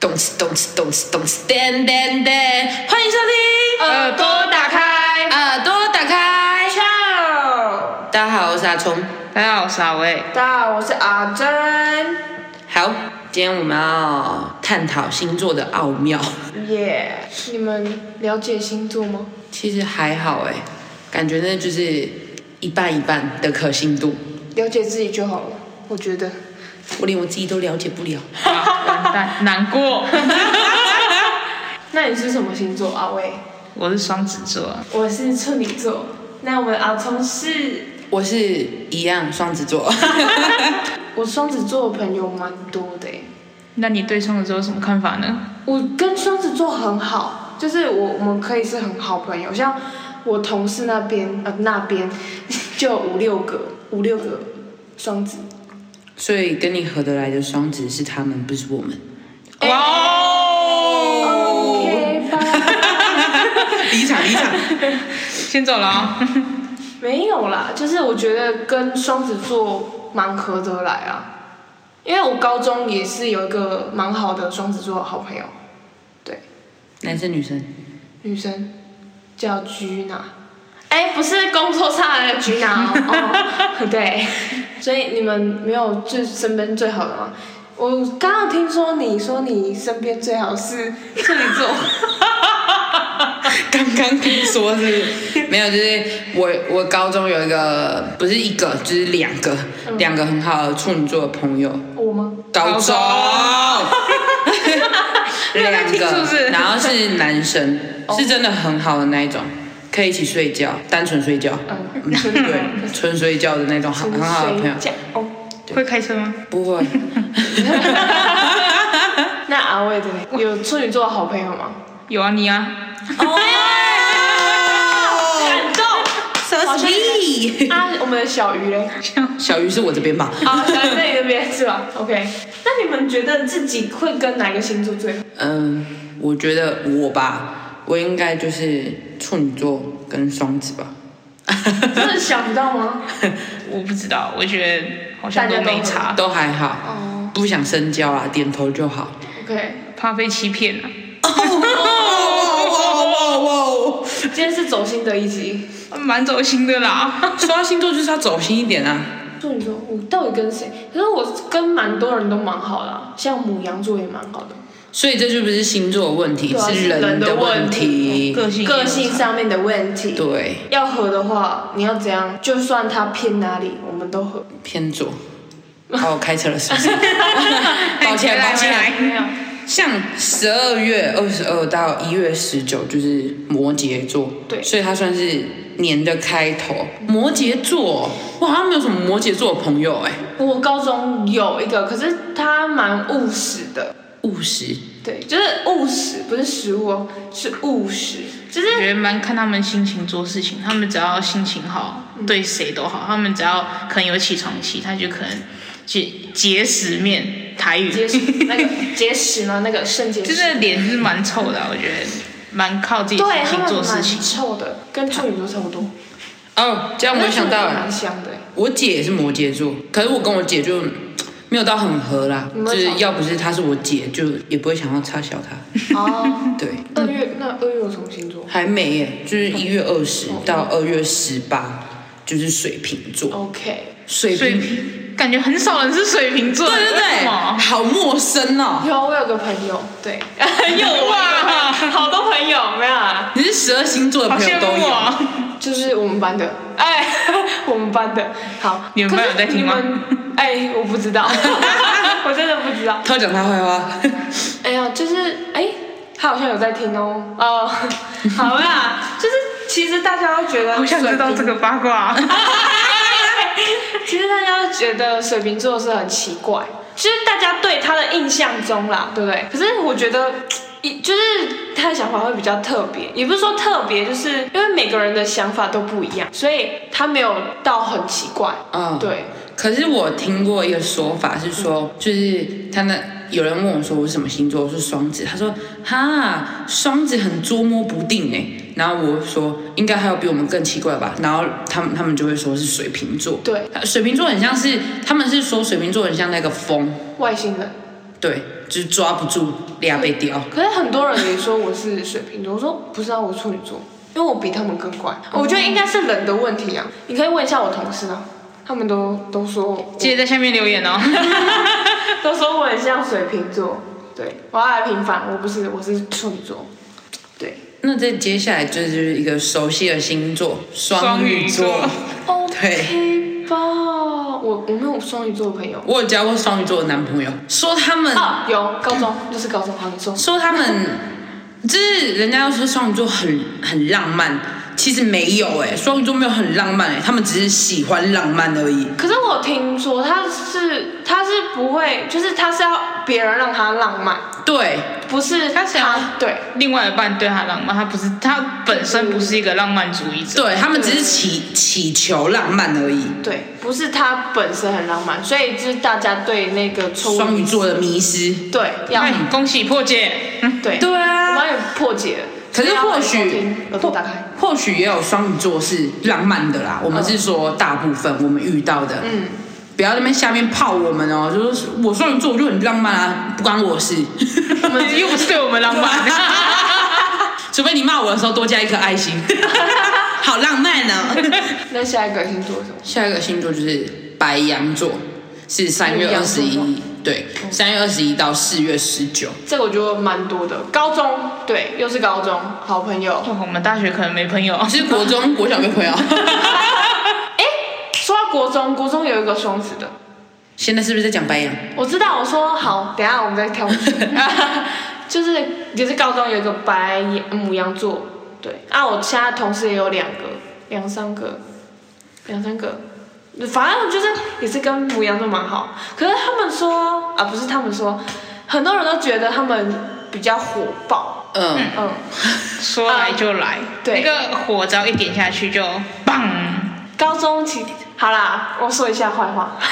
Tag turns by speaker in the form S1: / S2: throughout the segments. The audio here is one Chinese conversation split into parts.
S1: 咚哧咚哧咚哧咚哧，噔噔噔！欢迎收听，
S2: 耳朵打开
S1: 耳朵打开。
S2: ，Ciao！
S1: 大家好，我是阿聪。
S3: 大家好，我是阿威。
S2: 大家好，我是阿珍，
S1: 好，今天我们要探讨星座的奥妙。
S2: 耶、你们了解星座吗？
S1: 其实还好哎，感觉那就是一半一半的可信度。
S2: 了解自己就好了，我觉得。
S1: 我连我自己都了解不了。
S3: 啊完蛋，难过。
S2: 那你是什么星座？阿威，
S3: 我是双子座啊，
S2: 我是处女座。那我们阿聪是，
S1: 我是一样双子座，
S2: 我双子座的朋友蛮多的耶
S3: 那你对双子座有什么看法呢？
S2: 我跟双子座很好，就是我我们可以是很好朋友，像我同事那边呃那边 就有五六个五六个双子，
S1: 所以跟你合得来的双子是他们，不是我们。
S3: 哇哦！
S2: 哎 OK 吧？
S1: 离场离场。
S3: 先走了哦。
S2: 没有啦，就是我觉得跟双子座蛮合得来啊，因为我高中也是有一个蛮好的双子座好朋友，对，
S1: 男生女生，
S2: 女生叫居娜，哎，不是工作上的居娜哦 哦，对，所以你们没有最身边最好的吗？我刚刚听说你说你身边最好是处女座，
S1: 刚刚听说是没有，就是我我高中有一个不是一个就是两个、
S3: 嗯
S1: 两个很好的处女座的朋友，
S2: 我吗？
S1: 高 中
S3: 没有在
S1: 两
S3: 听是不
S1: 个，
S3: 是哦
S1: 然后是男生，是真的很好的那一种。可以一起睡觉，单纯睡觉，
S2: 嗯
S1: 嗯， 对，纯睡觉的那种很很好的朋友，
S2: 讲哦。
S3: 会开车吗？
S1: 不会，
S2: 那阿伟的呢有处女座的好朋友吗？
S3: 有啊，你啊。
S1: 哦，
S2: 动。
S1: 什么屁
S2: 啊，我们的小鱼嘞？
S1: 小鱼是我这边
S3: 哦
S1: 吧？
S2: 啊，小鱼在你那边是 吧？OK。那你们觉得自己会跟哪个星座最好？
S1: 嗯，我觉得我吧，我应该就是处女座跟双子吧。
S2: 真的想不到吗？
S3: 我不知道，我觉得好像都没
S2: 大
S3: 差，
S1: 都还好，
S2: 哦
S1: 不想深交啊，点头就好。
S2: ，OK。
S3: 怕被欺骗啊。
S1: 哦哇哇哇！
S2: 今天是走心的一集。
S3: 蛮走心的啦。
S1: 说到星座就是要走心一点啊。
S2: 处女座，我到底跟谁？可是我跟蛮多人都蛮好的啊、像母羊座也蛮好的，
S1: 所以这就不是星座的问题，
S2: 对啊
S1: 是
S2: 是人
S1: 的
S2: 的
S1: 问
S2: 问嗯
S1: 题。
S3: 个性
S2: 个性上面的问题。
S1: 对，
S2: 要合的话，你要怎样？就算他偏哪里，我们都合。
S1: 偏左。哦，开车了是不 是？抱歉抱
S3: 回来
S1: 歉。
S3: 回来
S2: 有。
S1: 像十二月二十二到一月十九就是摩羯座，
S2: 对
S1: 所以它算是年的开头。摩羯座，我好像没有什么摩羯座的朋友哎、
S2: 我高中有一个，可是他蛮务实的，
S1: 务实
S2: 对，就是务实，不是食物哦，是务实，就是
S3: 我觉得蛮看他们心情做事情，他们只要心情好，对谁都好。他们只要可能有起床气，他就可能去节食面台语，
S2: 结石那个结石嘛，那个肾结
S3: 就
S2: 石，
S3: 是脸是蛮臭的啊、我觉得蛮靠自己
S2: 对
S3: 心
S2: 他
S3: 情
S2: 们
S3: 做
S2: 蛮
S3: 事情。
S2: 臭的，跟处女座差不多。
S1: 哦，这样我就想到
S2: 蛮
S1: 了，
S2: 香 的，
S1: 我姐也是摩羯座，可是我跟我姐就嗯没有到很合啦，就
S2: 你们
S1: 是
S2: 吵架
S1: 要不是她是我姐，就也不会想要插小她。
S2: 哦。
S1: 对，
S2: 二月那二月有什么星座？
S1: 还没耶，就是一月二十到二月十八就是水瓶
S2: 哦
S1: 座，
S2: OK，
S1: 水
S3: 水
S1: 瓶。
S3: 瓶感觉很少人是水瓶座
S1: 对
S3: 的，
S1: 对
S3: 为什
S1: 对，
S3: 么
S1: 好陌生哦！
S2: 有我有个朋友，对，
S3: 有啊
S2: 好多朋友没有啊，
S1: 你是十二星座的
S3: 好
S1: 朋友
S3: 羡
S1: 都
S3: 慕
S1: 有，
S3: 啊！
S2: 就是我们班的，哎， 我们班的，好，
S3: 你们班有在听吗
S2: 可是你们？哎，我不知 道， 我真的不知道。
S1: 他讲他坏话，
S2: 哎呀，就是哎，他好像有在听哦。哦，好啦，就是其实大家都觉得，
S3: 好想知道这。个八卦 啊、
S2: 其实大家都觉得水瓶座是很奇怪，就是大家对他的印象中啦，对不对？可是我觉得。一就是他的想法会比较特别，也不是说特别，就是因为每个人的想法都不一样，所以他没有到很奇怪。
S1: 嗯，。
S2: 对，
S1: 可是我听过一个说法是
S3: 嗯
S1: 说，就是他那有人问我说我是什么星座，我说双子，他说哈双子很捉摸不定哎、然后我说应该还有比我们更奇怪吧，然后他们他们就会说是水瓶座，
S2: 对，
S1: 水瓶座很像是他们是说水瓶座很像那个风，
S2: 外星人
S1: 对，就是抓不住俩被雕。
S2: 可是很多人也说我是水瓶座，我说不是啊，我处女座，因为我比他们更乖。我觉得应该是人的问题啊，你可以问一下我同事啊，他们都都说我，
S3: 记得在下面留言哦。
S2: 都说我很像水瓶座。对，我要来平反，我不是，我是处女座。对，
S1: 那这接下来就是一个熟悉的星座——双鱼
S3: 双鱼座
S2: OK 吧，我我没有双鱼座的朋友。
S1: 我有交过双鱼座的男朋友，说他们，
S2: 啊，有高中，就是高中，好，你说。
S1: 说他们，就是人家要说双鱼座很很浪漫，其实没有哎、双鱼座没有很浪漫哎、他们只是喜欢浪漫而已。
S2: 可是我听说他是他是不会，就是他是要别人让他浪漫，
S1: 对，
S2: 不是他想对
S3: 另外一半对他浪漫，他不是他本身不是一个浪漫主义者。
S1: 对他们只是祈祈求浪漫而已。
S2: 对，不是他本身很浪漫，所以就是大家对那个初
S1: 双鱼座的迷失，
S2: 对要
S3: 哎，恭喜破解。嗯，
S2: 对，
S1: 对
S2: 我
S1: 啊。
S2: 们也破解了。啊
S1: 可是或许
S2: 大家要听耳朵打开，
S1: 或许也有双鱼座是浪漫的啦，我们是说大部分我们遇到的，
S2: 嗯，
S1: 不要在那边下面泡我们哦，就是我双鱼座我就很浪漫啊，不关我事。
S3: 我 们又不是对我们浪漫。
S1: 除非你骂我的时候多加一颗爱心， 好浪漫哦。
S2: 那下一个星座是什么？
S1: 下一个星座就是白羊座，是三月二
S2: 白羊
S1: 十
S2: 座
S1: 一，对，三月二十一到四月十九。
S2: 这个我觉得蛮多的，高中对，又是高中好朋 友。
S3: 哇哦我们大学可能没朋友。
S1: 其实国中、国小没 朋友，
S2: 哎，说到国中，国中有一个双子的，
S1: 现在是不是在讲白羊？
S2: 我知道，我说好，等一下我们再跳回去。 就是也是高中有一个白羊母羊座，对啊，我现在同事也有两个，两三个，两三个，反正就是也是跟母羊座蛮好。可是他们说啊，不是他们说，很多人都觉得他们比较火爆，
S1: 嗯，
S2: 嗯，
S3: 说来就来，
S2: 对
S3: 那个火只要一点下去就棒。
S2: 高中其好啦，我说一下坏话，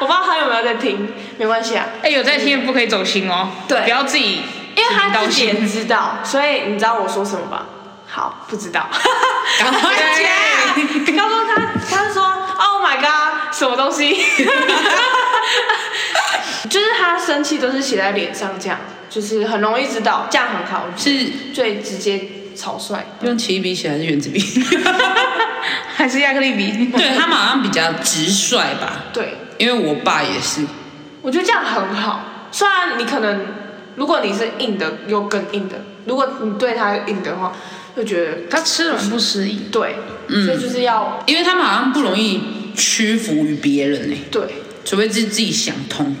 S2: 我不知道他有没有在听，没关系啊，
S3: 哎，有在听的不可以走心哦，
S2: 对
S3: 不要自己
S2: 因为他
S3: 道
S2: 自己也
S3: 歉。
S2: 知道，所以你知道我说什么吧？好，不知道。
S1: 赶快
S2: 讲！他说他他说 Oh my god，什么东西？ 就是他生气都是写在脸上，这样就是很容易知道，这样很好，
S1: 是
S2: 最直接草率。
S1: 用奇异笔写还是原子笔？
S3: 还是亚克力笔。
S1: 对他们好像比较直率吧，
S2: 对，
S1: 因为我爸也是，
S2: 我觉得这样很好。虽然你可能，如果你是硬的，又更硬的；如果你对他硬的话，就觉得
S3: 他吃软不吃硬，
S2: 对，所以就是要
S1: 因为他们好像不容易屈服于别人呢、
S2: 对，
S1: 除非是自己想通。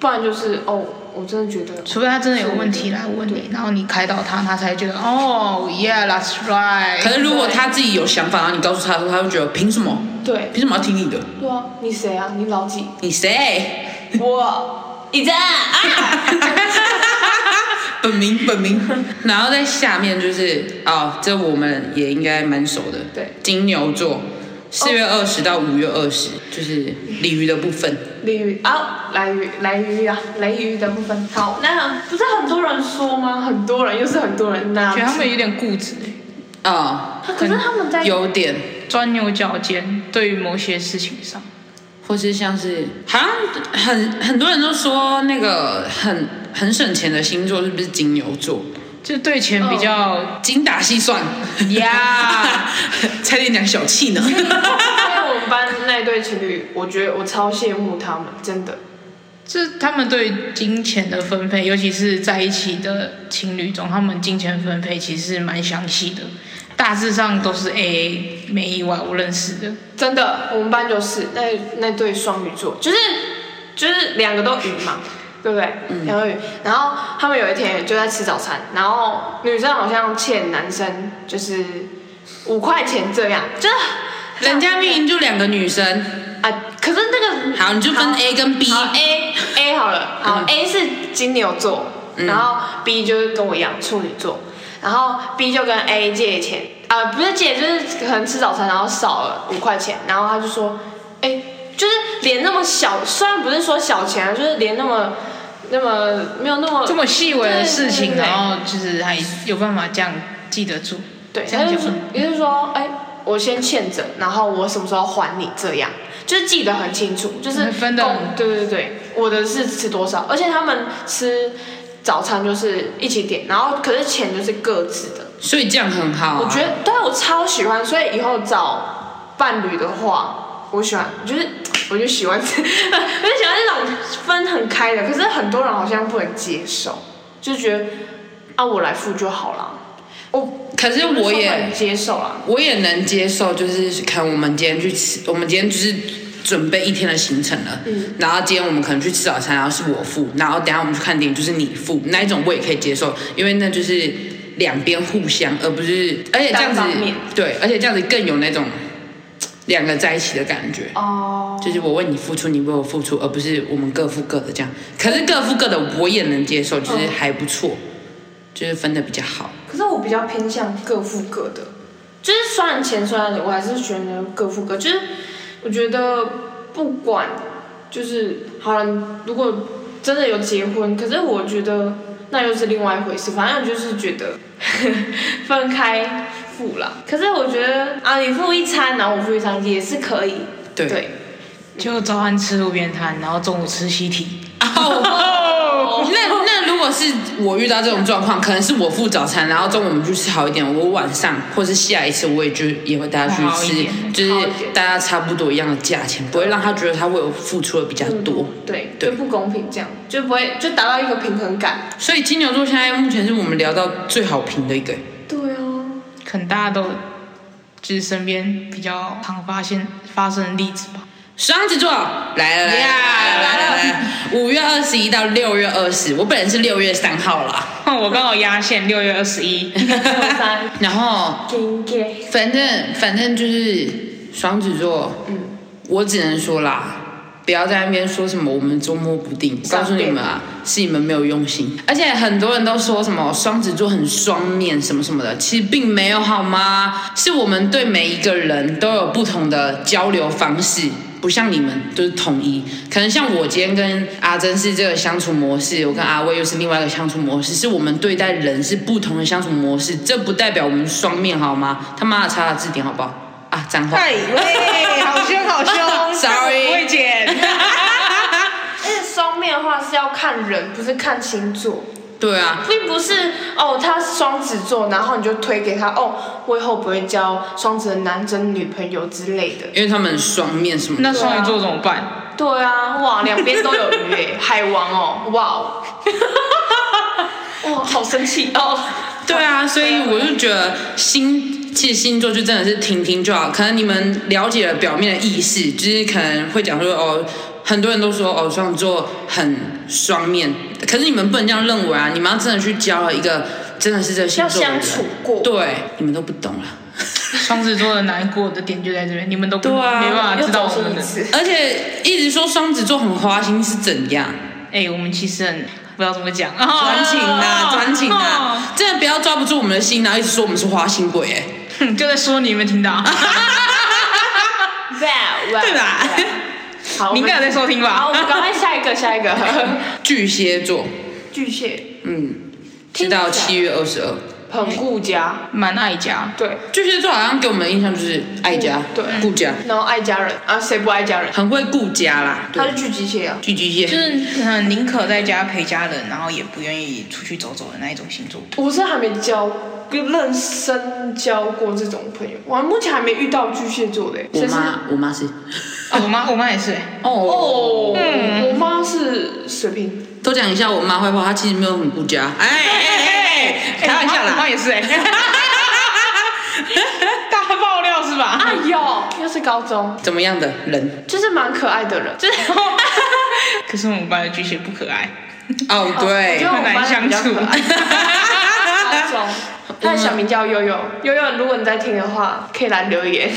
S2: 不然就是哦，我真的觉得
S3: 除非他真的有问题来问你，然后你开导他，他才觉得哦，yeah，that's
S2: 哎
S1: 可
S3: right。
S1: 是如果他自己有想法，然后你告诉他的时候，他会觉得凭什么？
S2: 对
S1: 凭什么要听你的？
S2: 对啊，你谁啊？你老几？
S1: 你谁？
S2: 我已在
S1: 本名本 名，然后在下面就是哦，这我们也应该蛮熟的，
S2: 对，哦
S1: 金牛座，四月二十到五月二十，就是鲤鱼的部分，
S2: 鲤鱼啊，来鱼来鱼啊，来鱼的部分。好，那不是很多人说吗？很多人又是很多人那
S3: 觉得他们有点固执，
S1: 啊、
S2: 可是他们在
S1: 有点，
S3: 钻牛角尖，对于某些事情上，
S1: 或是像是好像很很多人都说那个很很省钱的星座是不是金牛座？
S3: 就对钱比较
S1: 精打细算
S3: 呀，
S1: 差点讲小气呢。
S2: 因为我们班那一对情侣，我觉得我超羡慕他们，真的。
S3: 就是他们对于金钱的分配，尤其是在一起的情侣中，他们金钱分配其实蛮详细的，大致上都是 A A，没意外，我认识的。
S2: 真的，我们班就是那那对双鱼座，就是就是两个都鱼嘛，对不对？两个鱼。然后他们有一天就在吃早餐，然后女生好像欠男生就是五块钱这样，就是
S1: 人家明明就两个女生，
S2: 啊，可是那个
S1: 好，你就分
S2: 好
S1: A 跟 B，
S2: 好 A A 好了，嗯好、A 是金牛座，然后 B 就是跟我一样处女座，然后 B 就跟 A 借钱，啊、不是借，就是可能吃早餐然后少了五块钱，然后他就说，哎、就是连那么小，虽然不是说小钱啊，就是连那么那么没有那么
S3: 这么细微的事情，
S2: 对对对
S3: 然后就是还有办法这样记得住。
S2: 对，
S3: 这
S2: 他
S3: 样
S2: 就
S3: 讲
S2: 说
S3: 吗，
S2: 也就是说，哎、我先欠着，然后我什么时候还你，这样就是记得很清楚，就是
S3: 嗯分得
S2: 共
S3: 很
S2: 对对对，我的是吃多少，而且他们吃早餐就是一起点，然后可是钱就是各自的。
S1: 所以这样很好、啊。
S2: 我觉得，对我超喜欢，所以以后找伴侣的话，我喜欢，就是我就喜欢， 我就喜欢那种分很开的。可是很多人好像不能接受，就觉得啊，我来付就好了。我
S1: 可是我也
S2: 不能接受啊啦。
S1: 我也能接受，就是看我们今天去吃，我们今天就是准备一天的行程了，嗯，然后今天我们可能去吃早餐，然后是我付，然后等一下我们去看电影就是你付，那一种我也可以接受，因为那就是两边互相，而不是，而且这样子
S2: 单方面，
S1: 对，而且这样子更有那种两个在一起的感觉，
S2: 哦，
S1: 就是我为你付出，你为我付出，而不是我们各付各的这样。可是各付各的我也能接受，
S2: 嗯
S1: 就是还不错，就是分的比较好。
S2: 可是我比较偏向各付各的，就是虽然钱虽然我还是觉得各付各，就是我觉得不管就是好了，如果真的有结婚，可是我觉得那又是另外一回事，反正我就是觉得 分开付啦。可是我觉得啊，你付一餐，然后我付一餐也是可以，
S1: 对
S3: 就早餐吃路边摊，然后中午吃西体。
S1: 哦，那那如果是我遇到这种状况，可能是我付早餐，然后中午我们去吃好一点，我晚上或是下一次我也就也会带他去
S3: 好一
S1: 吃，
S3: 点
S1: 就是
S2: 好一点
S1: 大家差不多一样的价钱，不会让他觉得他为我付出的比较多。
S2: 对，
S1: 对
S2: 就不公平，这样就不会就达到一个平衡感。
S1: 所以金牛座现在目前是我们聊到最好评的一个。
S2: 对 啊，
S3: 可能大家都就是身边比较常发现发生的例子吧。
S1: 双子座来了，来了，来了，来了！五月二十一到六月二十，我本人是六月三号啦。
S3: 哼 我刚好压线六月二十 一，
S2: 三
S1: 然后，
S2: 金给，
S1: 反正反正就是双子座，
S2: 嗯，
S1: 我只能说啦，不要在那边说什么我们捉摸不定。告诉你们啊，是你们没有用心。而且很多人都说什么双子座很双面什么什么的，其实并没有好吗？是我们对每一个人都有不同的交流方式。不像你们都、是统一，可能像我今天跟阿珍是这个相处模式，我跟阿威又是另外一个相处模式，是我们对待人是不同的相处模式，这不代表我们双面好吗？他妈的查查字典好不好？啊，脏话。
S3: 喂，好凶好
S1: Sorry
S3: 不会剪。
S2: 而且双面的话是要看人，不是看星座，
S1: 对啊，
S2: 并不是哦，他是双子座，然后你就推给他哦，我以后不会交双子的男生女朋友之类的。
S1: 因为他们双面什么的
S3: 那双鱼座怎么办？
S2: 对啊，哇，两边都有鱼诶，海王哦， 哇哦，哇，好生气哦。
S1: 对啊，所以我就觉得星，其实星座就真的是听听就好。可能你们了解了表面的意思，就是可能会讲说哦，很多人都说哦，双子座哦很双面，可是你们不能这样认为啊！你们要真的去交了一个真的是这个星座的人
S2: 要相处过
S1: 对，你们都不懂了。
S3: 双子座的难过的点就在这边，你们都不、
S1: 对啊
S3: 没办法
S2: 又
S3: 知道
S2: 走
S3: 我们
S2: 心一
S3: 的。
S2: 次，
S1: 而且一直说双子座很花心是怎样？
S3: 哎、我们其实很不知道怎么讲，专
S1: 专情呐、 专情呐、啊真的不要抓不住我们的心，然后啊一直说我们是花心鬼、哎。
S3: 哼就在说你有没有听到？
S2: 哇哇，
S3: 对吧
S2: 哇？好，
S3: 你应该有在收听吧
S2: 好，我们赶快下一个，下一个，
S1: 巨蟹座，
S2: 巨蟹，
S1: 嗯，直
S2: 听起来
S1: 到七月二十二。
S2: 很顾家，
S3: 蛮爱家，
S2: 对，
S1: 巨蟹座好像给我们的印象就是爱家，
S2: 嗯对
S1: 顾家，
S2: 然后爱家人啊，谁不爱家人？
S1: 很会顾家啦。
S2: 他
S1: 对
S2: 是，巨巨蟹啊。
S1: 巨巨蟹，
S3: 就是很宁可在家陪家人，然后也不愿意出去走走的那一种星座。
S2: 我是还没交，认真交过这种朋友，我目前还没遇到巨蟹座的、欸。
S1: 我
S2: 谁是
S1: 妈，我妈是，
S3: 啊，我妈我妈也是、
S2: 哦，
S3: 嗯
S2: 我妈是水瓶，
S1: 都讲一下我妈坏话，她其实没有很顾家。哎哎哎 哎，开玩笑
S3: 我妈我妈
S1: 啦。
S3: 也是哎、 大爆料是 吧？
S2: 哎呦，又是高中，
S1: 怎么样的人？
S2: 就是蛮可爱的人，就是
S3: 可是我们班的巨蟹不可爱，
S1: 哦，
S2: 我
S1: 对
S2: 觉得，我妈比较可
S3: 很难
S2: 爱。高中， 她的小名叫悠悠，
S1: 嗯
S2: 悠悠，如果你在听的话，可以来留 言。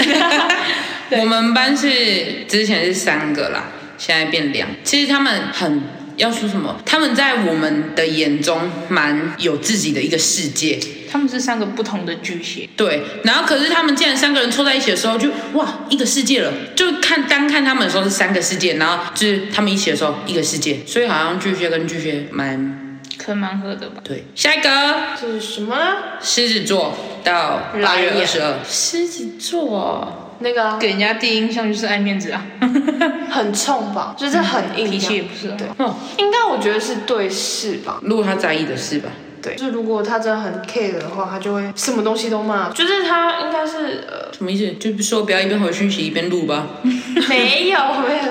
S1: 我们班是之前是三个啦，现在变两。其实他们很要说什么？他们在我们的眼中蛮有自己的一个世界。
S3: 他们是三个不同的巨蟹，
S1: 对，然后可是他们竟然三个人凑在一起的时候就，哇一个世界了。就看单看他们的时候是三个世界，然后就是他们一起的时候一个世界，所以好像巨蟹跟巨蟹蛮
S3: 可能蛮合的吧。
S1: 对。下一个
S2: 这是什么啊呢？
S1: 狮子座到八月二十二，狮子座
S2: 那个啊
S3: 给人家第一印象就是爱面子啊。
S2: 很冲吧，就是很硬，
S3: 脾气也不是很
S2: 对
S3: 好。
S1: 哦，
S2: 应该我觉得是对事吧。
S1: 如果他在意的事吧，
S2: 对，就是如果他真的很 care 的话，他就会什么东西都 骂。就是他应该是呃，
S1: 什么意思？就是说不要一边回讯息一边录吧，
S2: 没有没有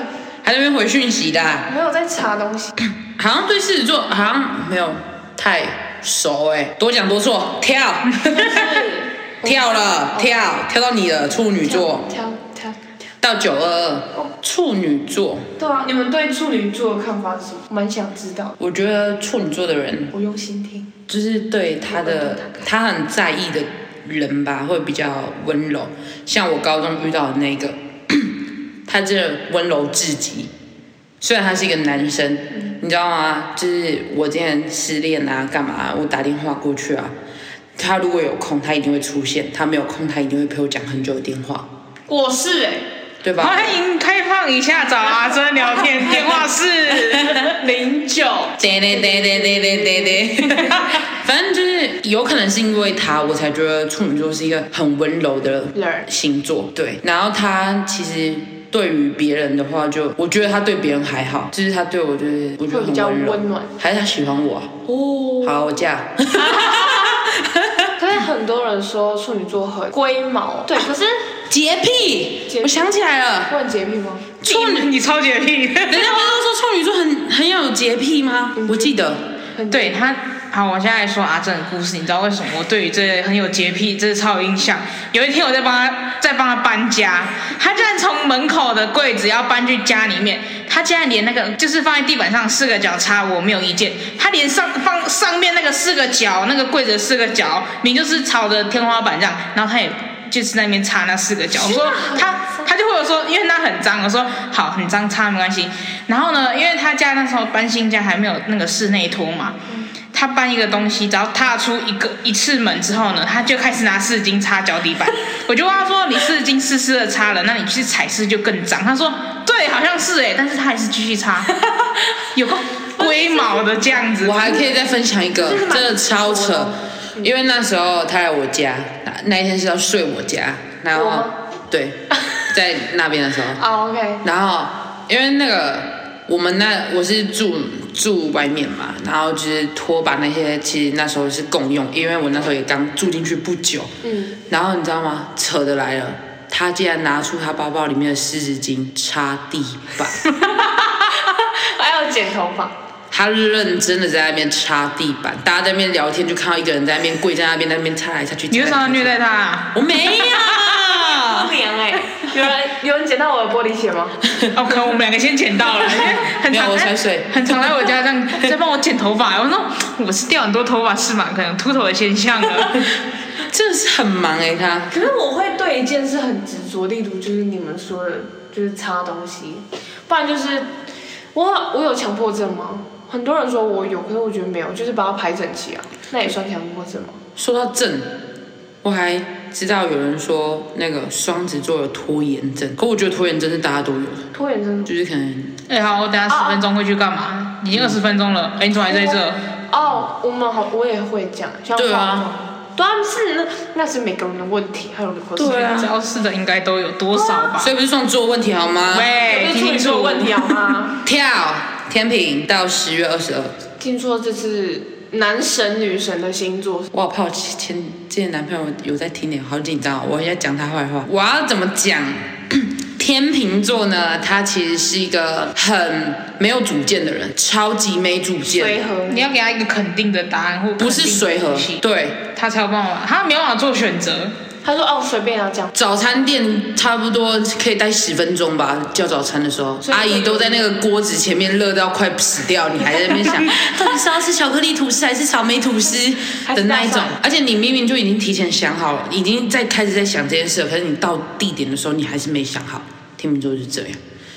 S1: 还在那边回讯息的啊、
S2: 没有在查东西。
S1: 好像对狮子座好像没有太熟哎、多讲多错，跳 跳了跳跳到你了，处女座
S2: 挑挑挑，
S1: 到九二二，处女座，
S2: 对啊，你们对处女座的看法是什么？蛮想知道的，
S1: 我觉得处女座的人
S2: 我用心听。
S1: 就是对他的他很在意的人吧，会比较温柔。像我高中遇到的那个，他真的温柔至极。虽然他是一个男生，你知道吗？就是我之前失恋啊，干嘛、我打电话过去啊，他如果有空，他一定会出现；他没有空，他一定会陪我讲很久的电话，
S2: 我是哎、
S1: 对吧？
S3: 欢迎开放一下找阿珍聊天，电话是
S2: 零九，
S1: 对对对对对对对 对，反正就是有可能是因为他，我才觉得处女座是一个很温柔的
S2: 人
S1: 星座。对，然后他其实。对于别人的话就，我觉得他对别人还好，就是他对我就是我觉得
S2: 会比较
S1: 很温柔，
S2: 温暖
S1: 还是他喜欢我、啊。
S2: 哦。
S1: 好，我嫁。
S2: 可是很多人说处女座很龟毛，对，可是
S1: 洁癖
S2: 洁癖
S1: 我想起来 了，
S2: 会很洁癖吗？
S1: 处女，
S3: 你超洁 癖。
S1: 人家不是都说处女座很很要有洁癖吗？
S2: 嗯
S1: 我记得，
S2: 很
S3: 对他，好，我现在来说啊阿正的故事，你知道为什么我对于这很有洁癖，这超有印象？有一天我在帮他，在帮他搬家，他竟然从门口的柜子要搬去家里面，他竟然连那个就是放在地板上四个角叉，我没有意见，他连上放上面那个四个角，那个柜子的四个角，明就是朝着天花板这样，然后他也。就是在那边擦那四个角，我说他他就会有说，因为那很脏，我说好很脏擦没关系。然后呢，因为他家那时候搬新家还没有那个室内拖嘛，他搬一个东西，只要踏出一个一次门之后呢，他就开始拿湿巾擦脚底板。我就问他说：“你湿巾湿湿的擦了，那你去踩湿就更脏。”他说：“对，好像是哎，但是他还是继续擦，有个龟毛的这样子
S1: 我。还可以再分享一个，真的超扯，因为那时候他来我家，那那一天是要睡我家，然
S2: 我
S1: 后
S2: 吗
S1: 对，在那边的时候，
S2: 啊，OK，
S1: 然后因为那个我们那我是住住外面嘛，然后就是拖把那些，其实那时候是共用，因为我那时候也刚住进去不久，
S2: 嗯，
S1: 然后你知道吗？扯的来了，他竟然拿出他包包里面的湿纸巾擦地板。
S2: 还有剪头发，
S1: 他认真的在那边擦地板，大家在那边聊天，就看到一个人在那边跪在那边，在那边擦来擦去。”
S3: 你为什么要虐
S1: 待？
S3: 待他、啊？
S1: 我没有，
S2: 不良哎、有人有人捡到我的玻璃鞋吗？
S3: 哦，可能我们两个先 捡到了，因为很
S1: 没有
S3: 常
S1: 我
S3: 在
S1: 才睡
S3: 很常来我家这样 在帮我剪头发。我说我是掉很多头发是吗？可能秃头的现象啊 了。
S1: 真的是很忙哎、他。
S2: 可是我会对一件事很执着，例如就是你们说的，就是擦东西，不然就是我我有强迫症吗？很多人说我有，可是我觉得没有，就是把它排整齐啊，那也算强迫症吗？
S1: 说到正，我还知道有人说那个双子座有拖延症，可我觉得拖延症是大家都有的，
S2: 拖延症
S1: 就是可能
S3: 哎、好，我等下十分钟会去干嘛？已经二十分钟了，哎、你怎么还
S2: 啊
S3: 在这？
S2: 哦，我们好，我也会这样，像
S1: 对啊
S2: 化妆，对啊，是那那是每个人的问题，还有你口
S1: 对啊
S3: 教室的应该都有多少吧？
S1: 所以不是双子座问题好吗？
S3: 喂，
S2: 这是处
S3: 哎听
S2: 女
S3: 清楚
S2: 座问
S1: 啊
S2: 题好吗？
S3: 啊
S1: 跳天平到十月二十二，
S2: 听说这是男神女神的星座，
S1: 我好怕我前之前男朋友有在听点，好紧张哦，我要讲他坏话。我要怎么讲？ 天秤座呢，他其实是一个很没有主见的人，超级没主
S2: 随
S1: 见，
S2: 和
S3: 你要给他一个肯定的答案，或
S1: 不是随和
S3: 肯定，的东
S1: 对。
S3: 西他才有办法，他没有办法做选择。
S2: 他说哦，随便啊，这样。
S1: 早餐店差不多可以待十分钟吧，叫早餐的时候，
S2: 所以
S1: 阿姨都在那个锅子前面热到快死掉，你还在那边 想，到底是要吃巧克力吐司还是草莓吐司
S2: 还
S1: 的
S2: 是
S1: 那一
S2: 大
S1: 种
S2: 蒜？
S1: 而且你明明就已经提前想好了，已经在开始在想这件事了，可是你到地点的时候你还是没想好，天秤座就是这样，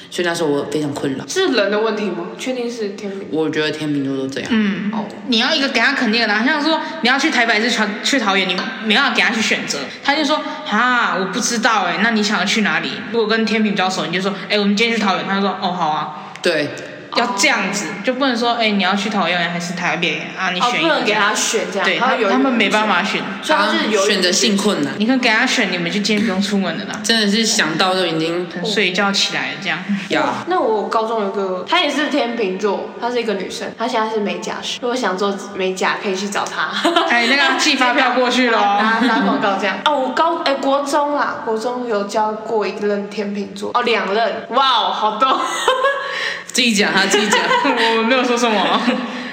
S1: 所以那时候我非常困扰。
S2: 是人的问题吗？确定是天平？
S1: 我觉得天秤座都这样，
S3: 嗯，
S2: 哦，
S3: 你要一个给他肯定的答案，像说你要去台北还是去去桃园，你没有给他去选择，他就说啊，我不知道哎、欸那你想要去哪里？如果跟天平比较熟，你就说哎、我们今天去桃园，他就说哦好啊，
S1: 对，
S3: 要这样子，就不能说哎、你要去桃园还是台北啊？你
S2: 哦，
S3: 选一
S2: 不能
S3: 个这
S2: 给
S3: 样。
S2: 他选这样，
S3: 对
S2: 他
S3: 他
S2: 会犹豫
S3: 他们没办，法选，
S2: 所以他就是有
S1: 选择性困难，
S3: 你可以给他选，你们就今天不用出门了啦，
S1: 真的是想到都已经
S3: 可能睡一觉起来了 这样。
S1: 呀。
S2: 那我高中有个，她也是天秤座，她是一个女生，她现在是美甲师。如果想做美甲，可以去找她。
S3: 哎那个寄发票过去 咯
S2: 打打广告这样。哦，我高哎、国中啦，国中有教过一任天秤座，哦两任，哇哦，好多。
S1: 自己讲，啊他自己讲。
S3: 我没有说 什么，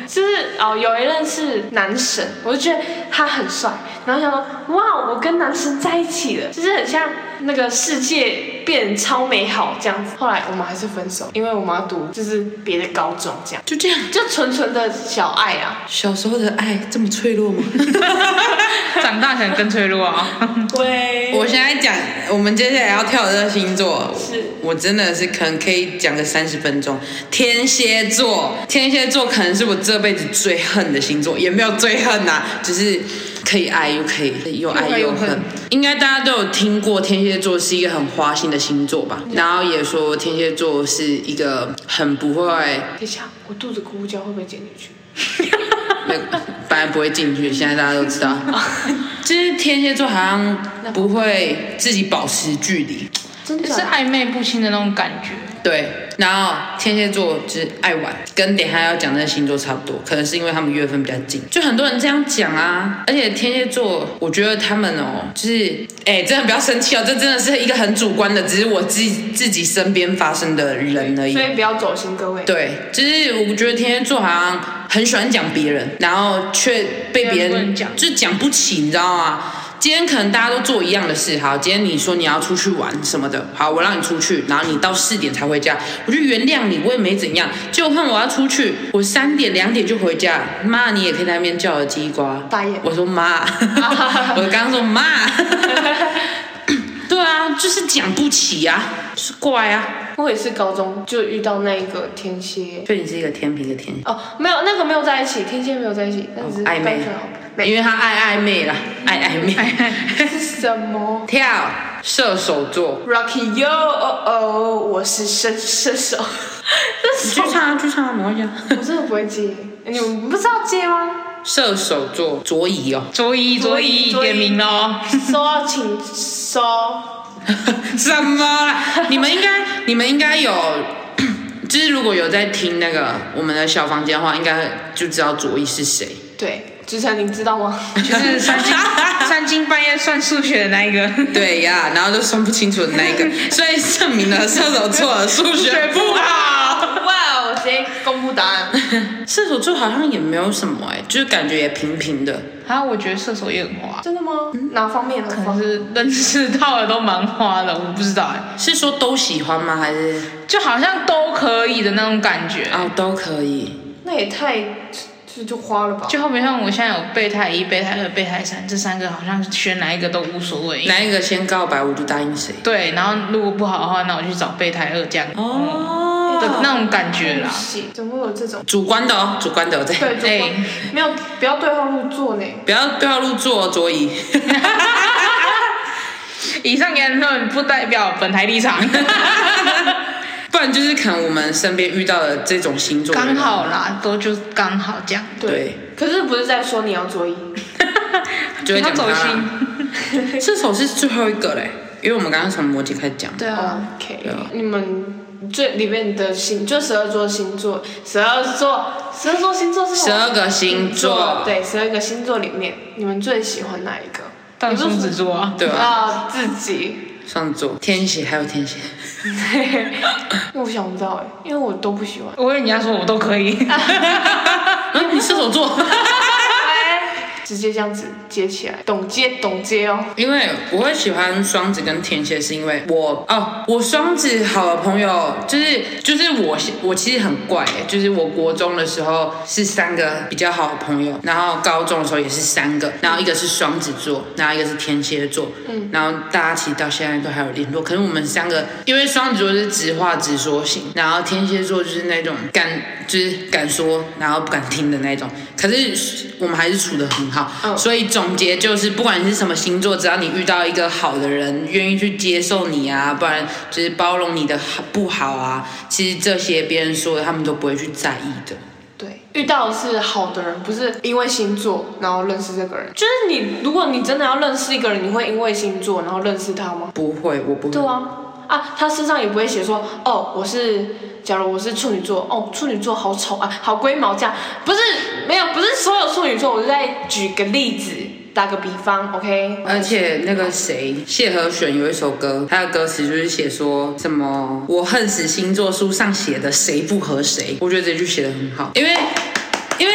S2: 就是哦，有一任是男神，我就觉得他很帅，然后想说哇，我跟男神在一起了，就是很像那个世界变超美好这样子。后来我们还是分手，因为我们要读就是别的高中这样，
S1: 就这样，
S2: 就纯纯的小爱啊。
S1: 小时候的爱这么脆弱 吗？
S3: 长大可能更脆弱啊。
S2: 对
S1: 我现在讲，我们接下来要跳的这个星座，
S2: 是
S1: 我真的是可能可以讲个三十分钟。天蝎座，天蝎座可能是我这辈子最恨的星座，也没有最恨呐、只是可以爱又可以又爱
S3: 又
S1: 又
S3: 爱又
S1: 恨
S3: 恨。
S1: 应该大家都有听过天蝎座是一个很花心的星座吧？然后也说天蝎座是一个很不会，
S2: 等一下，我肚子咕咕叫，会不会剪进去？
S1: 那个本来不会进去，现在大家都知道。就是天蝎座好像不会自己保持距离，
S2: 真的
S3: 就是
S2: 假的
S3: 暧昧不清的那种感觉。
S1: 对，然后天蝎座就是爱玩，跟等一下要讲那个星座差不多，可能是因为他们月份比较近，就很多人这样讲啊。而且天蝎座，我觉得他们哦，就是哎，真的不要生气哦，这真的是一个很主观的，只是我自己自己身边发生的人而已
S2: 所。以不要走心，各位。
S1: 对，就是我觉得天蝎座好像很喜欢讲别人，然后却被别
S3: 别人不
S1: 人
S3: 能讲
S1: 就讲不起，你知道吗？今天可能大家都做一样的事，好，今天你说你要出去玩什么的，好，我让你出去，然后你到四点才回家，我就原谅你，我也没怎样。就换我要出去，我三点两点就回家，妈，你也可以在那边叫我鸡瓜。
S2: 大爷
S1: 我说 妈，我刚刚说妈，对啊，就是讲不起啊，就是怪啊。
S2: 我也是高中就遇到那一个天蝎，
S1: 所以你是一个天平的天
S2: 哦，没有那个没有在一起，天蝎没有在一起，但是
S1: 哦暧昧
S2: 刚好
S1: 因为他爱暧昧啦，爱暧昧。
S2: 是什么
S1: 跳，射手座，
S2: ？Rocky Yo，哦哦，我是射射手，这
S1: 去
S2: 首
S1: 唱啊，去唱啊，没关系啊。
S2: 我真的不会接，你们不知道接吗？
S1: 射手座，左移 哦，
S3: 卓一，卓一
S2: 卓一
S3: 点名喽！
S2: 收到请收，
S1: 什么啦？你们应该，你们应该有。 就是如果有在听那个我们的小房间的话，应该就知道左一是谁。
S2: 对，主持人你知道吗？
S3: 就是三更三更半夜算数学的那一个，
S1: 对呀，然后就算不清楚的那 一个，所以证明了射手座的数学不好。
S2: 哇哦，直接公布答案。
S1: 射手座好像也没有什么哎、就是感觉也平平的。
S3: 啊，我觉得射手也很花，
S2: 真的吗？哪方面？哪
S3: 可
S2: 方
S3: 能
S2: 面？
S3: 是认识到的都蛮花的，我不知道哎，
S1: 是说都喜欢吗？还是
S3: 就好像都可以的那种感觉。
S1: 哦都可以？
S2: 那也太就就花了吧？
S3: 就后面像我现在有备胎一、备胎二、备胎三这三个，好像选哪一个都无所谓。
S1: 哪一个先告白，我就答应谁。
S3: 对，然后如果不好的话，那我去找备胎二这样
S1: 哦
S3: 的那种感觉啦
S2: 不。行，怎么会有这种？
S1: 主观的哦，主观的哦，在
S2: 对，主
S3: 哎
S2: 观没有，不要对号入座呢。
S1: 不要不要入座哦，桌椅。
S3: 以上言论不代表本台立场，
S1: 不然就是可能我们身边遇到的这种星座的
S3: 刚
S1: 人
S3: 好啦，都就刚好这样。
S1: 对，
S2: 可是不是在说你要做一？
S1: 就会讲他
S3: 走
S1: 啦。
S3: 心。
S1: 射手是最后一个嘞，因为我们刚刚从摩羯开始讲。
S3: 对啊，
S2: OK，、
S1: 对啊
S2: 哦你们最里面的星就十二座星座，十二座十二座星座是什
S1: 十
S2: 么
S1: 二个星座，
S2: 对，十二个星座里面，你们最喜欢哪一个？
S3: 但双子座啊，。
S1: 对吧？
S2: 啊，自己。
S1: 上座、天蝎还有天蝎，
S2: 我想不到哎，因为我都不喜欢
S3: 我跟人家说我都可以。
S1: 啊，你射手座。
S2: 哎直接这样子接起来，懂接懂接哦。
S1: 因为我会喜欢双子跟天蝎，是因为我哦，我双子好的朋友就是就是我我其实很怪、欸，就是我国中的时候是三个比较好的朋友，然后高中的时候也是三个，然后一个是双子座，然后一个是天蝎座，嗯，然后大家其实到现在都还有联络，可是我们三个因为双子座是直话直说型，然后天蝎座就是那种感就是敢说然后不敢听的那种。可是我们还是处得很好，
S2: 嗯
S1: 所以总结就是，不管你是什么星座，只要你遇到一个好的人，愿意去接受你啊，不然就是包容你的好不好啊，其实这些别人说的他们都不会去在意的。
S2: 对，遇到的是好的人，不是因为星座然后认识这个人。就是你，如果你真的要认识一个人，你会因为星座然后认识他吗？
S1: 不会，我不
S2: 对
S1: 会。
S2: 啊，啊，他身上也不会写说，哦，我是，假如我是处女座，哦，处女座好丑啊，好龟毛这样。不是，没有，不是所有处女座，我是在举个例子，打个比方，OK？
S1: 而且那个谁，谢和弦有一首歌，他的歌词就是写说什么“我恨死星座书上写的谁不和谁”，我觉得这句写的很好，因为因为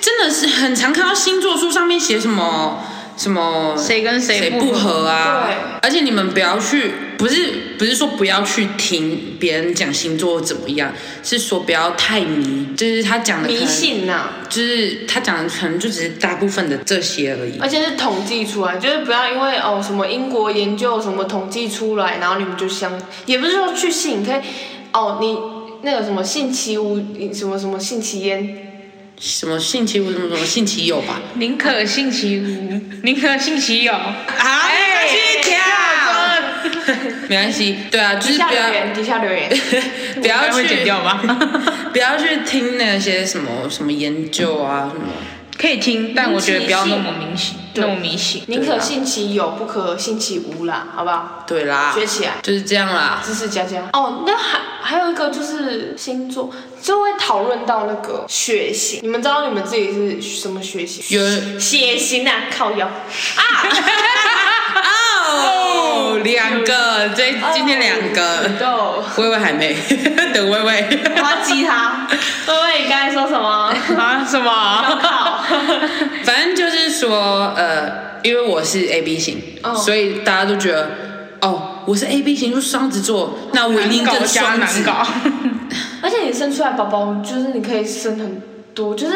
S1: 真的是很常看到星座书上面写什么什么
S3: 谁跟谁
S1: 谁
S3: 不
S1: 不合啊
S2: 对，
S1: 而且你们不要去，不是不是说不要去听别人讲星座怎么样，是说不要太迷，就是他讲的可能
S2: 迷，信呐、
S1: 就是他讲的可能就只是大部分的这些而已。
S2: 而且是统计出来，就是不要因为哦什么英国研究什么统计出来，然后你们就相，也不是说去信，可以哦你那个什么信其无，你什么什么信其焉，
S1: 什么性其无什么什么性其有吧？
S3: 宁可信其无，宁可信其有。
S1: 啊，
S2: 哎
S1: 去跳，没关系，对啊，就
S2: 底
S1: 是
S2: 下
S1: 不
S2: 留
S1: 要
S2: 言，底下留言，
S1: 不要
S3: 应该会剪
S1: 去
S3: 掉吧？
S1: 不要去听那些什么什么研究啊什么，
S3: 可以听，但我觉得不要那么明显，
S2: 对啊
S3: 那么迷信。
S2: 宁可信其有，不可信其无啦，好不好？
S1: 对啦，
S2: 学起来。
S1: 就是这样啦。
S2: 支持佳佳哦，那还还有一个就是星座，就会讨论到那个血型。你们知道你们自己是什么血型？
S1: 有
S2: 血型啊，靠腰啊！
S1: 哦，两个，这 今天两个，
S2: 豆，
S1: 微微还没， 等微微。
S2: 我要 激他。薇薇，你刚才说什么？
S3: 啊？什么？
S2: 靠，
S1: 反正就是说，呃，因为我是 A B 型，
S2: 哦
S1: 所以大家都觉得，哦，我是 A B 型，就是双子座，那我一定
S3: 难搞
S1: 跟
S3: 加
S1: 双
S3: 难
S1: 子。
S3: 搞。
S2: 而且你生出来宝宝，就是你可以生很多，就是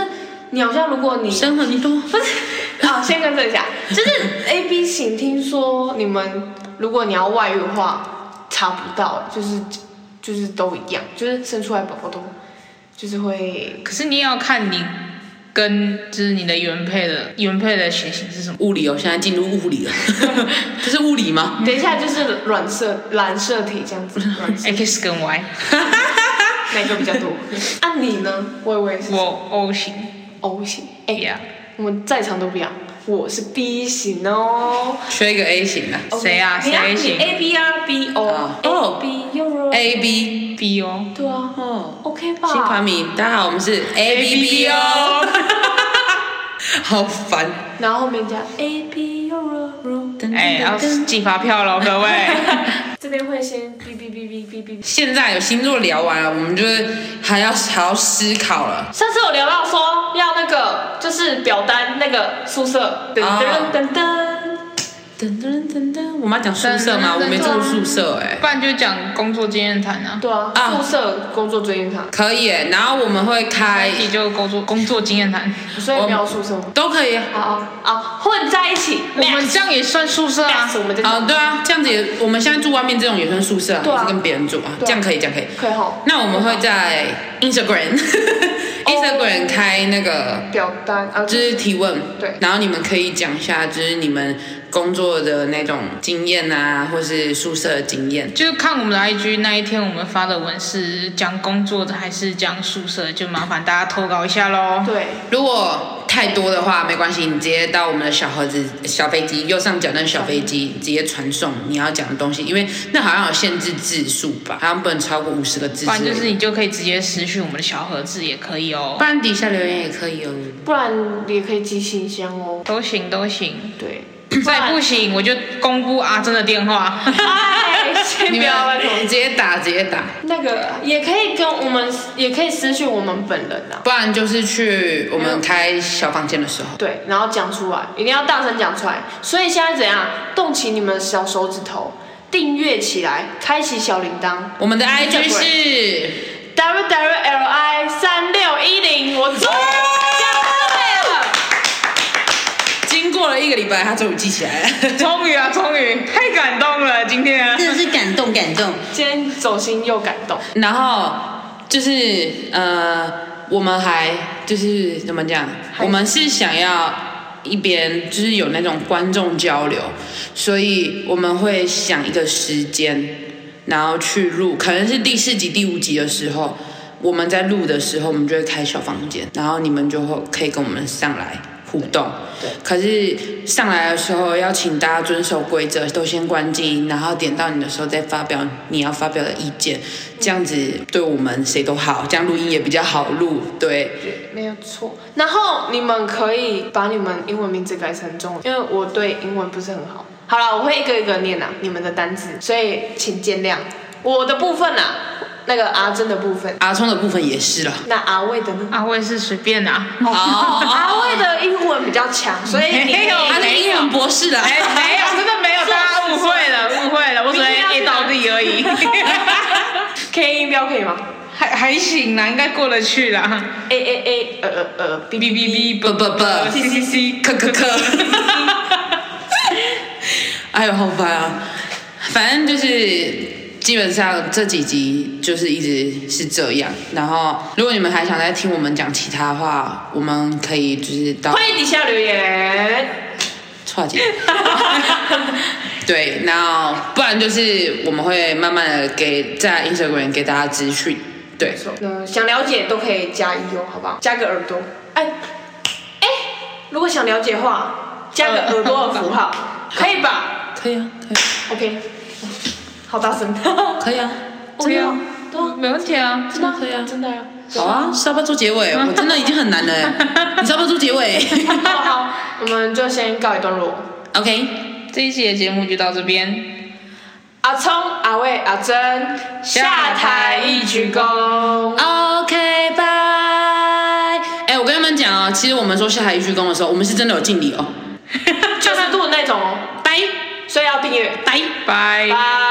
S2: 你好像如果你
S1: 生很多，
S2: 不是 啊，先跟正一下，就是 A B 型，听说你们如果你要外遇的话，查不到，就是就是都一样，就是生出来宝宝都就是会
S3: 可是你也要看你跟就是你的原配的原配的血型是什么。
S1: 物理哦，现在进入物 理了，这是物理吗？
S2: 等一下就是染色染色体这样子， 染色
S3: X 跟 Y，
S2: 哪个比较多？啊，你呢？我我也是
S3: 我 O 型
S2: O 型，哎、
S3: ，Yeah，
S2: 我们在场都不一样，我是 B 型哦。
S1: 缺一个 A 型啊
S2: OK，
S3: 谁啊
S2: 你
S3: 谁
S2: 你
S3: 型哦哎
S2: A B 啊 B O
S1: 啊
S2: A B Euro
S1: ，A B
S3: B 哦，
S2: 对啊
S1: 哦，
S2: ，OK 吧？
S1: 新排名，大家好，我们是 A B B 哦，好烦。
S2: 然后后面加 A B U R U，
S3: 哎，要寄发票喽，各位。
S2: 这边会先哔哔哔哔哔哔。
S1: 现在有星座聊完了，我们就是还要还要思考了。
S2: 上次有聊到说要那个就是表单那个宿舍，噔
S1: 啊
S2: 噔噔噔，
S1: 噔噔噔噔，我妈讲宿舍嘛，
S3: 噔噔噔噔
S1: 我没住过宿舍哎、
S3: 不然就讲工作经验谈啊，
S2: 对啊，
S1: 啊
S2: 宿舍工作最健康，
S1: 可以、欸。然后我们会开，
S3: 也就工作工作经验谈。
S2: 所以没有宿舍吗？
S1: 都可以啊。
S2: 啊啊啊，混在一起，
S3: 我们这样也算宿舍啊
S2: max，我们在
S1: 啊，对啊，这样子也，我们现在住外面这种也算宿舍、啊，
S2: 对啊
S1: 还是跟别人住啊，
S2: 对啊
S1: 这样可以，这样可以。
S2: 可以吼
S1: 那我们会在 Instagram、Instagram
S3: 哦
S1: 开那个
S2: 表单啊，
S1: 就是提问，
S2: 对
S1: 然后你们可以讲一下，就是你们工作的那种经验啊，或是宿舍的经验。
S3: 就是看我们的 IG 那一天，我们发的文是讲工作的还是讲宿舍，就麻烦大家投稿一下喽。
S2: 对，
S1: 如果太多的话，没关系，你直接到我们的小盒子、小飞机右上角那小飞机
S3: 嗯
S1: 直接传送你要讲的东西，因为那好像有限制字数吧，好像不能超过五十个字
S3: 不
S1: 之类的。
S3: 然就是你就可以直接私讯我们的小盒子也可以哦
S1: 不，然底下留言也可以哦。
S2: 不然也可以寄信箱哦，
S3: 都行都行。
S2: 对，
S3: 再不行我就公布阿珍的电话。
S2: 哎，先
S1: 你
S2: 不
S1: 们
S2: 要
S3: 啊
S2: 外头。
S1: 直接打，直接打，
S2: 那个也可以跟我们，也可以私讯我们本人啊。
S1: 不然就是去我们开小房间的时候，
S2: 对，然后讲出来，一定要大声讲出来。所以现在怎样？动起你们的小手指头，订阅起来，开启小铃铛。
S1: 我们的 IG 是。
S2: W W L I 三六一零，我终于 讲对了。
S1: 经过了一个礼拜，他终于记起来了，
S3: 终于啊，终于，太感动了，今天。
S1: 真的是感动感动。
S2: 今天走心又感动，
S1: 然后就是呃，我们还就是怎么讲？
S2: 还
S1: 我们是想要一边就是有那种观众交流，所以我们会想一个时间，然后去录，可能是第四集、第五集的时候。我们在录的时候，我们就会开小房间，然后你们就会可以跟我们上来互动。
S2: 对
S1: 可是上来的时候，要请大家遵守规则，都先关静音，然后点到你的时候再发表你要发表的意见，这样子对我们谁都好，这样录音也比较好录。对，
S2: 没有错。然后你们可以把你们英文名字改成中文，因为我对英文不是很好。好了，我会一个一个念啊，你们的单字，所以请见谅我的部分啊，那个阿珍的部分，
S1: 阿聪的部分也是了。
S2: 那阿魏的呢？
S3: 阿威是随便啊，
S1: 好
S2: 阿魏的英文比较强，哦所以你可以
S3: 没有
S1: 他是英文博士啦。
S3: 哎，没有，真的没有，
S2: 是
S3: 大家
S2: 是
S3: 误会了，误会了，我只会
S2: 明天
S3: A
S2: 要去哪
S3: 到 D 而已，
S2: 可以音标可以吗
S3: 还还行啦，应该过得去啦。
S2: ？A A A 呃呃呃 B
S3: B B B
S1: 不不不
S3: C C C，
S1: 咳咳 咳。哎呦，好烦啊！反正就是基本上这几集就是一直是这样。然后，如果你们还想再听我们讲其他话，我们可以就是到
S2: 欢迎底下留言。
S1: 错节。 对，那不然就是我们会慢慢的给在 Instagram 给大家资讯。对，
S2: 呃，想了解都可以加一哦，好不好？加个耳朵。哎哎，如果想了解的话，加个耳朵的符 号，可以吧
S1: 可以啊，
S2: ？OK，好大声。
S1: 可以，可以啊，
S3: 可以啊
S2: 哦对啊，
S3: 没问题啊。
S2: 真的啊
S1: 可以啊
S2: 真的啊。
S1: 好 啊，是要不要做结尾？我真的已经很难了欸，你是要不要做结尾
S2: 好 好，我们就先告一段落。
S1: ？OK。
S3: 这一期的节目就到这边，
S2: 阿聪、阿魏、阿珍，下台一鞠躬。
S1: OK，拜。哎，我跟你们讲哦，其实我们说下台一鞠躬的时候，我们是真的有敬礼哦。
S2: 九十度那种哦，
S1: 拜
S2: 所以要订阅。
S1: 拜。
S3: 拜
S2: 拜。